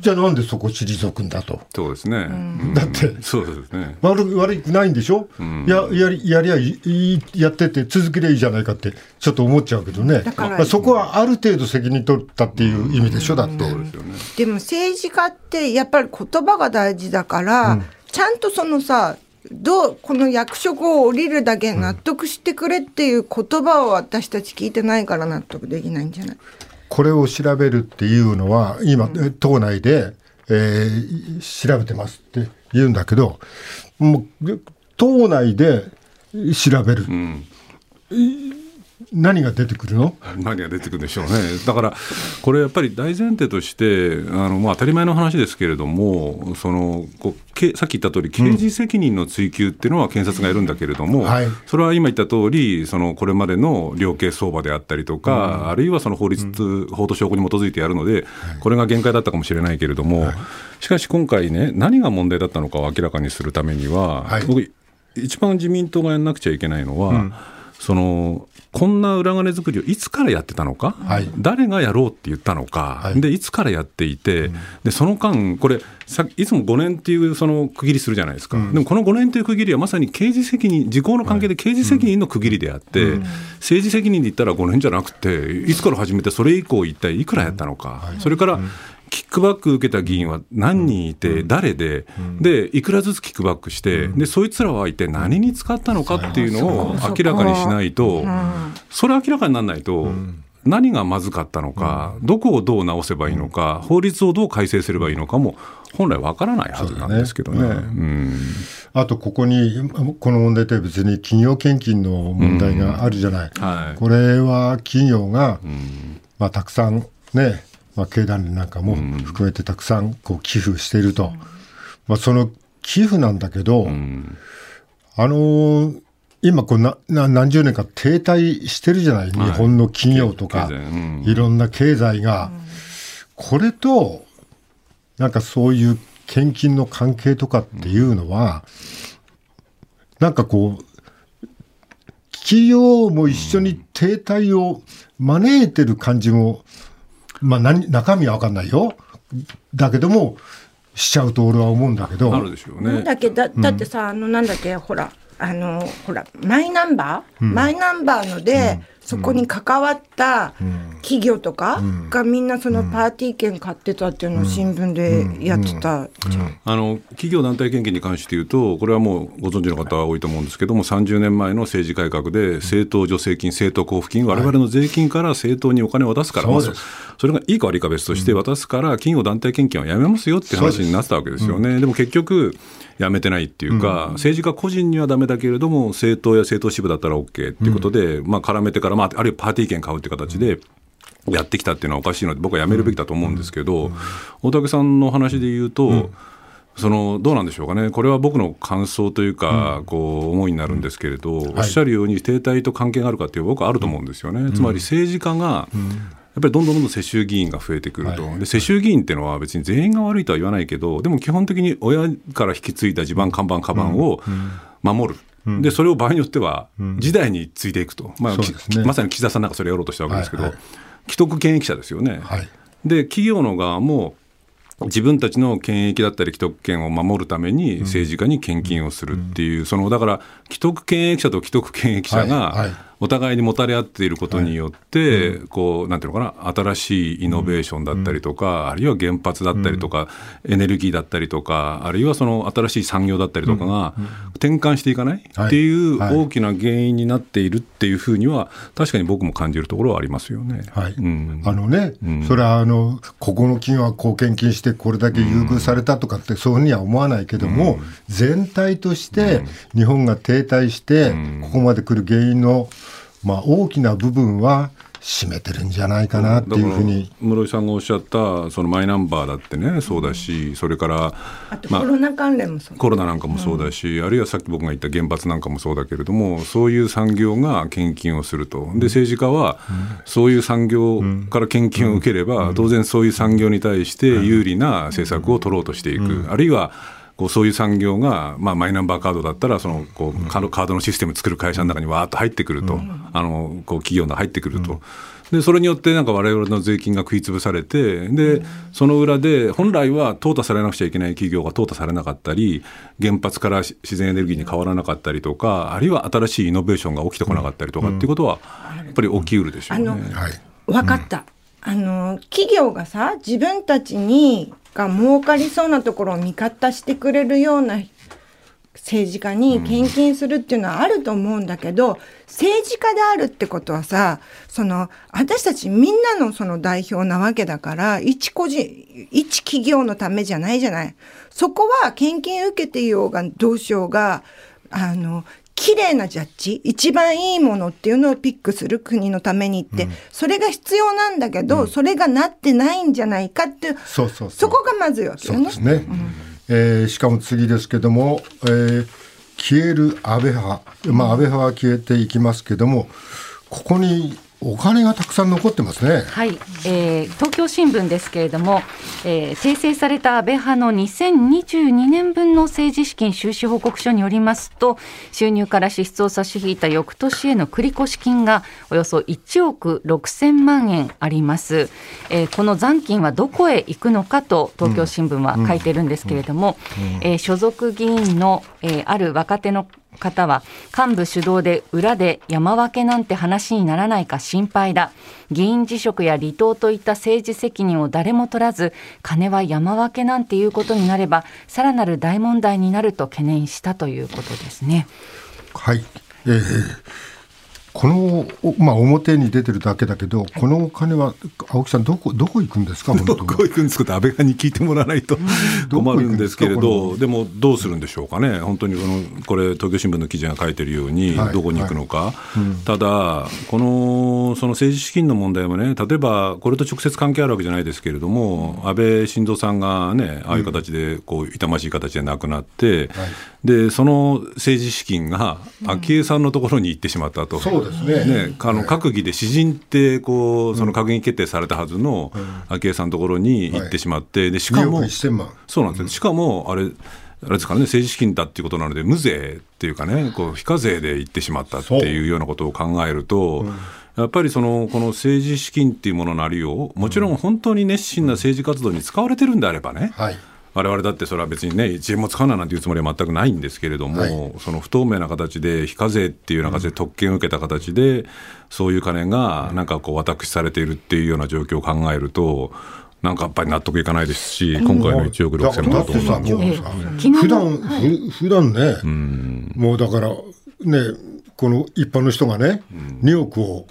Speaker 1: じゃあなんでそこ退くんだと
Speaker 4: そうですね。うん
Speaker 1: だって
Speaker 4: そうですね。
Speaker 1: 悪く悪くないんでしょ、ややりやりゃいいやってて続けりゃいいじゃないかってちょっと思っちゃうけどね
Speaker 2: だから
Speaker 1: まあそこはある程度責任取ったっていう意味でしょ、だって、
Speaker 4: ですよね。
Speaker 2: でも政治家ってやっぱり言葉が大事だから、ちゃんとそのさどうこの役職を降りるだけ納得してくれっていう言葉を私たち聞いてないから納得できないんじゃない
Speaker 1: これを調べるっていうのは今、党内で、えー調べてますって言うんだけどもう党内で調べる、何が出てくるの
Speaker 4: 何が出てくるんでしょうね、だからこれやっぱり大前提として、あのまあ、当たり前の話ですけれども、そのこうけさっき言った通り、刑事責任の追及っていうのは検察がやるんだけれども、
Speaker 1: はい
Speaker 4: それは今言った通り、そのこれまでの量刑相場であったりとか、あるいはその法律、法と証拠に基づいてやるので、これが限界だったかもしれないけれども、しかし今回ね、何が問題だったのかを明らかにするためには、
Speaker 1: はい
Speaker 4: 僕、一番自民党がやんなくちゃいけないのは、そのこんな裏金作りをいつからやってたのか、
Speaker 1: い
Speaker 4: 誰がやろうって言ったのか、
Speaker 1: はい
Speaker 4: でいつからやっていて、でその間、これさ、いつも5年っていうその区切りするじゃないですか、でもこの5年という区切りはまさに刑事責任、時効の関係で刑事責任の区切りであって、政治責任で言ったら5年じゃなくて、いつから始めて、それ以降、一体いくらやったのか、それから、キックバック受けた議員は何人いて、誰で、で、いくらずつキックバックして、で、そいつらは一体何に使ったのかっていうのを明らかにしないと、それ明らかにならないと、何がまずかったのか、どこをどう直せばいいのか、法律をどう改正すればいいのかも、本来わからないはずなんですけどね。
Speaker 1: そうだね
Speaker 4: うん
Speaker 1: あとここに、この問題って別に企業献金の問題があるじゃない、
Speaker 4: はい
Speaker 1: これは企業が、まあ、たくさんね、まあ、経団連なんかも含めてたくさんこう寄付していると、まあ、その寄付なんだけど、あのー今こうなな何十年か停滞してるじゃない、日本の企業とか、
Speaker 4: 経済うん
Speaker 1: いろんな経済が、これとなんかそういう献金の関係とかっていうのは、なんかこう企業も一緒に停滞を招いてる感じも、まあ、何中身は分かんないよだけどもしちゃうと俺は思うんだけど。
Speaker 4: あるでしょう
Speaker 2: なんだ
Speaker 4: ね
Speaker 2: っけだだってさ、あのなんだっけほらあのほらマイナンバー、マイナンバーので、そこに関わった企業とかがみんなそのパーティー券買ってたっていうのを新聞でやってたじゃん。
Speaker 4: あの企業団体献金に関して言うとこれはもうご存知の方は多いと思うんですけども30年前の政治改革で政党助成金政党交付金我々の税金から政党にお金を渡すから、
Speaker 1: そう
Speaker 4: まあ
Speaker 1: です
Speaker 4: そそれがいいか悪いか別として渡すから企業団体献金はやめますよっていう話になってたわけですよね、でも結局やめてないっていうか、政治家個人にはダメだけれども政党や政党支部だったら OK っていうことで、まあ、絡めてから、まあ、あるいはパーティー券買うって形で。やってきたっていうのはおかしいので僕はやめるべきだと思うんですけど、大竹さんの話で言うと、そのどうなんでしょうかねこれは僕の感想というか、こう思いになるんですけれど、おっしゃるように停滞と関係があるかっていう僕はあると思うんですよね、つまり政治家が、やっぱりどんどんどんどん世襲議員が増えてくると、で世襲議員っていうのは別に全員が悪いとは言わないけどでも基本的に親から引き継いだ地盤看板カバンを守る。でそれを場合によっては時代に継いでいくと、まあ
Speaker 1: そうですね
Speaker 4: きまさに岸田さんなんかそれやろうとしたわけですけど、
Speaker 1: はいは
Speaker 4: 既得権益者ですよね、
Speaker 1: はい
Speaker 4: で企業の側も自分たちの権益だったり既得権を守るために政治家に献金をするっていう、そのだから既得権益者と既得権益者
Speaker 1: はいはい
Speaker 4: がお互いにもたれ合っていることによって、こうなんていうのかな新しいイノベーションだったりとか、あるいは原発だったりとか、エネルギーだったりとかあるいはその新しい産業だったりとかが転換していかない、
Speaker 1: はい
Speaker 4: っていう
Speaker 1: はい
Speaker 4: 大きな原因になっているっていうふうには確かに僕も感じるところはありますよね。
Speaker 1: はい
Speaker 4: うん
Speaker 1: あのね、
Speaker 4: ん
Speaker 1: それはあのここの企業は貢献金してこれだけ優遇されたとかってそういうふうには思わないけども、全体として日本が停滞してここまで来る原因の、まあ、大きな部分は占めてるんじゃないかなっていうふうに
Speaker 4: だ、から室井さんがおっしゃったそのマイナンバーだってねそうだしそれから
Speaker 2: あと
Speaker 4: まあ
Speaker 2: コロナ関連もそう。
Speaker 4: コロナなんかもそうだし、あるいはさっき僕が言った原発なんかもそうだけれどもそういう産業が献金をするとで政治家はそういう産業から献金を受ければ、当然そういう産業に対して有利な政策を取ろうとしていく、あるいはこうそういう産業が、まあ、マイナンバーカードだったらそのこうカードカードのシステム作る会社の中にわーっと入ってくると、あのこう企業が入ってくると。でそれによってなんか我々の税金が食い潰されてでその裏で本来は淘汰されなくちゃいけない企業が淘汰されなかったり原発からし自然エネルギーに変わらなかったりとかあるいは新しいイノベーションが起きてこなかったりとかっていうことはやっぱり起きうるでしょうね。
Speaker 2: あの
Speaker 1: はい、
Speaker 2: わかった、あの企業がさ自分たちにが儲かりそうなところを味方してくれるような政治家に献金するっていうのはあると思うんだけど、政治家であるってことはさその私たちみんなのその代表なわけだから一個人一企業のためじゃないじゃないそこは献金受けていようがどうしようがあの綺麗なジャッジ一番いいものっていうのをピックする国のためにって、それが必要なんだけど、それがなってないんじゃないかっていう
Speaker 1: そうそうそう
Speaker 2: そこがまずいわけ
Speaker 1: そ
Speaker 2: よ
Speaker 1: う
Speaker 2: ね
Speaker 1: ですね、えーしかも次ですけども、えー消える安倍派、まあ、安倍派は消えていきますけどもここにお金がたくさん残ってますね。
Speaker 5: はい、えー東京新聞ですけれども、えー訂正された安倍派の2022年分の政治資金収支報告書によりますと収入から支出を差し引いた翌年への繰越金がおよそ1億6000万円あります、えーこの残金はどこへ行くのかと東京新聞は書いてるんですけれども、えー所属議員の、えーある若手の方は幹部主導で裏で山分けなんて話にならないか心配だ議員辞職や離党といった政治責任を誰も取らず金は山分けなんていうことになればさらなる大問題になると懸念したということですね
Speaker 1: はい、えーこの、おまあ、表に出てるだけだけど、このお金は、青木さん、どこ、どこ行くんですか、本当
Speaker 4: ど
Speaker 1: に
Speaker 4: こ行くんですかって安倍派に聞いてもらわないと
Speaker 1: どこ行
Speaker 4: 困
Speaker 1: く
Speaker 4: る
Speaker 1: ん
Speaker 4: ん
Speaker 1: で
Speaker 4: ですす
Speaker 1: か
Speaker 4: けれ
Speaker 1: こ
Speaker 4: ど、でもどうするんでしょうかね、本当にこのこれ、東京新聞の記事が書いてるように
Speaker 1: はい、
Speaker 4: どこに行くのか、ただ、このその政治資金の問題もね、例えばこれと直接関係あるわけじゃないですけれども、安倍晋三さんがね、ああいう形でこう痛ましい形で亡くなって、でその政治資金が昭恵さんのところに行ってしまったと。
Speaker 1: そうですね
Speaker 4: ね、あの閣議で詩人ってこうその閣議決定されたはずの昭恵さんのところに行ってしまって、でしか
Speaker 1: 2
Speaker 4: も
Speaker 1: 億1000万。
Speaker 4: そうなんですよ、しかもあれあれですからね政治資金だっていうことなので無税っていうかねこう非課税で行ってしまったっていうようなことを考えると。やっぱりそのこの政治資金っていうもののありようもちろん本当に熱心な政治活動に使われてるんであればね、
Speaker 1: はい。
Speaker 4: 我々だってそれは別にね、1円も使うななんていうつもりは全くないんですけれども、
Speaker 1: はい
Speaker 4: その不透明な形で、非課税っていうような形で特権を受けた形で、そういう金がなんかこう、私されているっていうような状況を考えると、なんかやっぱり納得いかないですし、今回の1億
Speaker 1: だから
Speaker 4: 6000
Speaker 1: だ
Speaker 4: 万
Speaker 1: っ
Speaker 4: と
Speaker 1: てさ、もうさ、
Speaker 5: 日の
Speaker 1: 普段、ふ普段ね、もうだから、ね、この一般の人がね、2億を、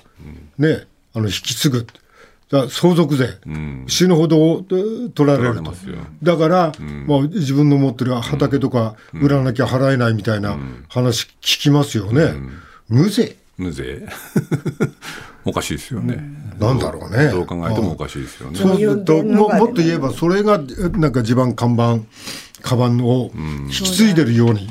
Speaker 1: ね、あの引き継ぐ。だから相続税、死ぬほどえ取られる
Speaker 4: 取られ
Speaker 1: と
Speaker 4: ますよ。
Speaker 1: だから、まあ、自分の持ってる畑とか売らなきゃ払えないみたいな話聞きますよね。無税
Speaker 4: 無税 おかしいですよね。
Speaker 1: なんだろうね。
Speaker 4: どう考えてもおかしいですよね。
Speaker 1: そうすると
Speaker 2: 余裕で
Speaker 1: も
Speaker 2: 逃れ
Speaker 1: もっと言えばそれがえなんか地盤看板カバンを引き継いでるように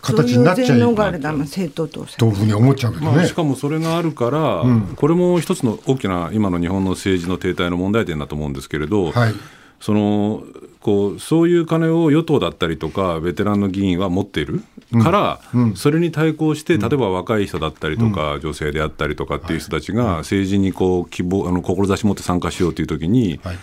Speaker 1: 形になっちゃい
Speaker 2: そういう
Speaker 1: と
Speaker 2: 逃れだもん政党当選
Speaker 1: いうふうに思っちゃうけど
Speaker 4: まあ、
Speaker 1: ね
Speaker 4: し。かもそれがあるから、これも一つの大きな今の日本の政治の停滞の問題点だと思うんですけれど、
Speaker 1: はい
Speaker 4: そのこうそういう金を与党だったりとかベテランの議員は持っているから、それに対抗して例えば若い人だったりとか、女性であったりとかっていう人たちが政治にこう希望あの志持って参加しようという時に、
Speaker 1: はい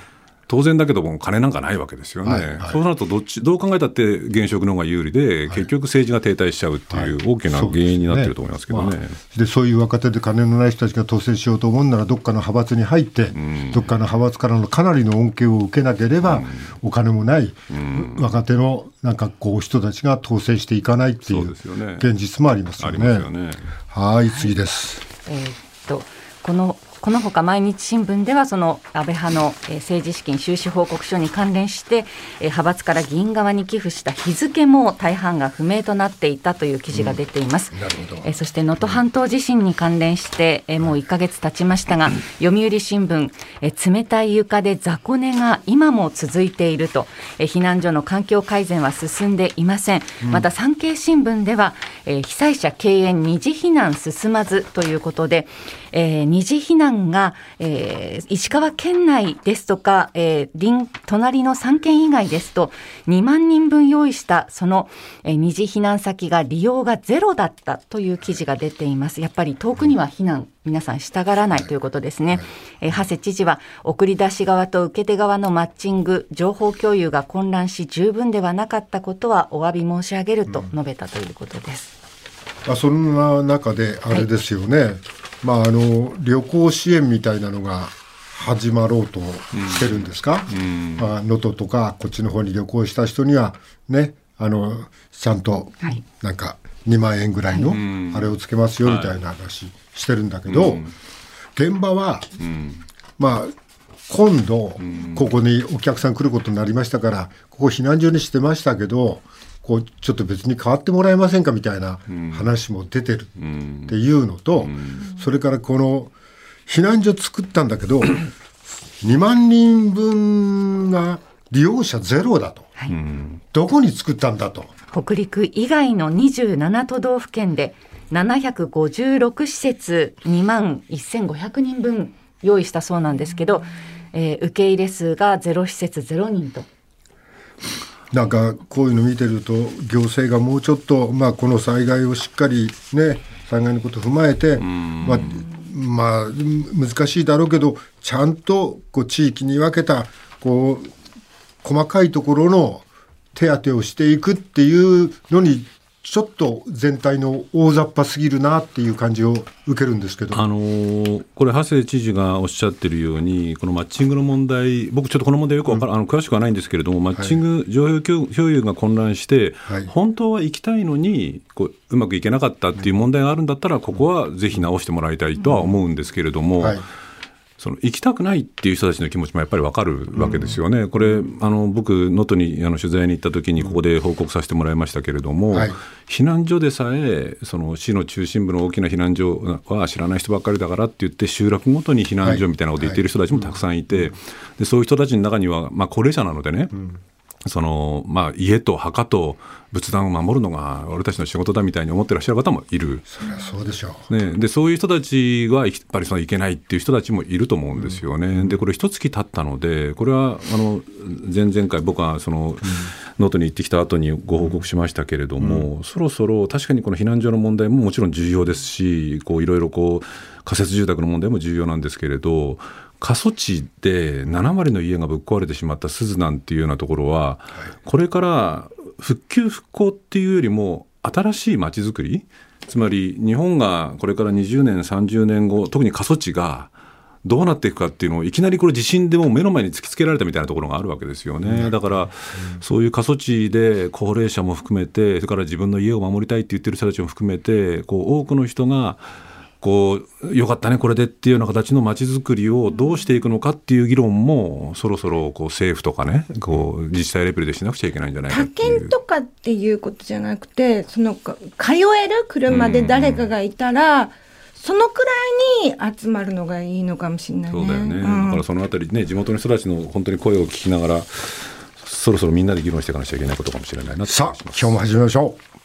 Speaker 4: 当然だけども金なんかないわけですよね、
Speaker 1: はいはい
Speaker 4: そうなるとどっちどう考えたって現職の方が有利で、結局政治が停滞しちゃうっていう大きな原因になってると思いますけどね。
Speaker 1: でそういう若手で金のない人たちが当選しようと思うならどっかの派閥に入って、どっかの派閥からのかなりの恩恵を受けなければ、お金もない、若手のなんかこう人たちが当選していかないってい
Speaker 4: そう
Speaker 1: う
Speaker 4: ですよね
Speaker 1: 現実もあります
Speaker 4: あ
Speaker 1: よ
Speaker 4: り
Speaker 1: ね。
Speaker 4: ますよね。
Speaker 1: はい次です。
Speaker 5: えーっとこのこのほか毎日新聞ではその安倍派のえー政治資金収支報告書に関連してえー派閥から議員側に寄付した日付も大半が不明となっていたという記事が出ています、
Speaker 1: なるほど
Speaker 5: えーそして能登半島地震に関連してえーもう1ヶ月経ちましたが読売新聞えー冷たい床で雑魚寝が今も続いているとえー避難所の環境改善は進んでいません、また産経新聞では、えー被災者敬遠二次避難進まずということで、えー二次避難が、えー石川県内ですとか、えー隣隣の3県以外ですと2万人分用意したその、えー二次避難先が利用がゼロだったという記事が出ています。やっぱり遠くには避難皆さんしたがらないということですね。えー、長谷知事は送り出し側と受け手側のマッチング情報共有が混乱し十分ではなかったことはお詫び申し上げると述べたということです。
Speaker 1: まあ、そんな中で、あれですよね、まあ、あの旅行支援みたいなのが始まろうとしてるんですか、まあ能登とかこっちの方に旅行した人には、ね、あのちゃんと
Speaker 5: はい
Speaker 1: なんか2万円ぐらいのあれをつけますよみたいな話してるんだけど、現場は、まあ、今度、ここにお客さん来ることになりましたから、ここ避難所にしてましたけど、こうちょっと別に変わってもらえませんかみたいな話も出てるっていうのと、それからこの避難所作ったんだけ ど、2万人分が利用者ゼロだと、
Speaker 5: はい
Speaker 1: どこに作ったんだと。
Speaker 5: 北陸以外の27都道府県で756施設2万1500人分用意したそうなんですけど、えー受け入れ数がゼロ施設ゼロ人と。
Speaker 1: なんかこういうの見てると行政がもうちょっと、まあ、この災害をしっかりね災害のことを踏まえて、まあまあ、む難しいだろうけどちゃんとこう地域に分けたこう細かいところの手当てをしていくっていうのにちょっと全体の大雑把すぎるなっていう感じを受けるんですけど、
Speaker 4: あのーこれ、長谷知事がおっしゃってるように、このマッチングの問題、僕、ちょっとこの問題よくわから、あの詳しくはないんですけれども、マッチング、情報共共有が混乱して、
Speaker 1: はい
Speaker 4: 本当は行きたいのにこう、うまくいけなかったっていう問題があるんだったら、ここはぜひ直してもらいたいとは思うんですけれども。
Speaker 1: はい
Speaker 4: その行きたくないっていう人たちの気持ちもやっぱりわかるわけですよね、これ、あの僕、能登にあの取材に行った時に、ここで報告させてもらいましたけれども、
Speaker 1: はい
Speaker 4: 避難所でさえ、その市の中心部の大きな避難所は知らない人ばっかりだからって言って、集落ごとに避難所みたいなことを言っている人たちもたくさんいて、でそういう人たちの中には、まあ、高齢者なのでね、そのまあ、家と墓と仏壇を守るのが俺たちの仕事だみたいに思ってらっしゃる方もいる。
Speaker 1: そりゃそうでしょう。
Speaker 4: ね、でそういう人たちはやっぱりそのいけないっていう人たちもいると思うんですよね。でこれ一月経ったのでこれはあの前々回僕はその能登、に行ってきた後にご報告しましたけれども、そろそろ確かにこの避難所の問題ももちろん重要ですしこういろいろこう仮設住宅の問題も重要なんですけれど過疎地で7割の家がぶっ壊れてしまった鈴なんていうようなところは、これから復旧復興っていうよりも新しいまちづくりつまり日本がこれから20年30年後特に過疎地がどうなっていくかっていうのをいきなりこれ地震でもう目の前に突きつけられたみたいなところがあるわけですよねだからそういう過疎地で高齢者も含めてそれから自分の家を守りたいって言ってる人たちも含めてこう多くの人がこうよかったねこれでっていうような形のまちづくりをどうしていくのかっていう議論もそろそろこう政府とかねこう自治体レベルでしなくちゃいけないんじゃないか
Speaker 2: 他
Speaker 4: っていう
Speaker 2: 県とかっていうことじゃなくてそのか通える車で誰かがいたら、そのくらいに集まるのがいいのかもしれないね。
Speaker 4: そうだよね、
Speaker 2: ん
Speaker 4: だからそのあたりね地元の人たちの本当に声を聞きながらそろそろみんなで議論していかなくちゃいけないことかもしれないなって気
Speaker 1: さあ
Speaker 4: がします
Speaker 1: 今日も始めましょう。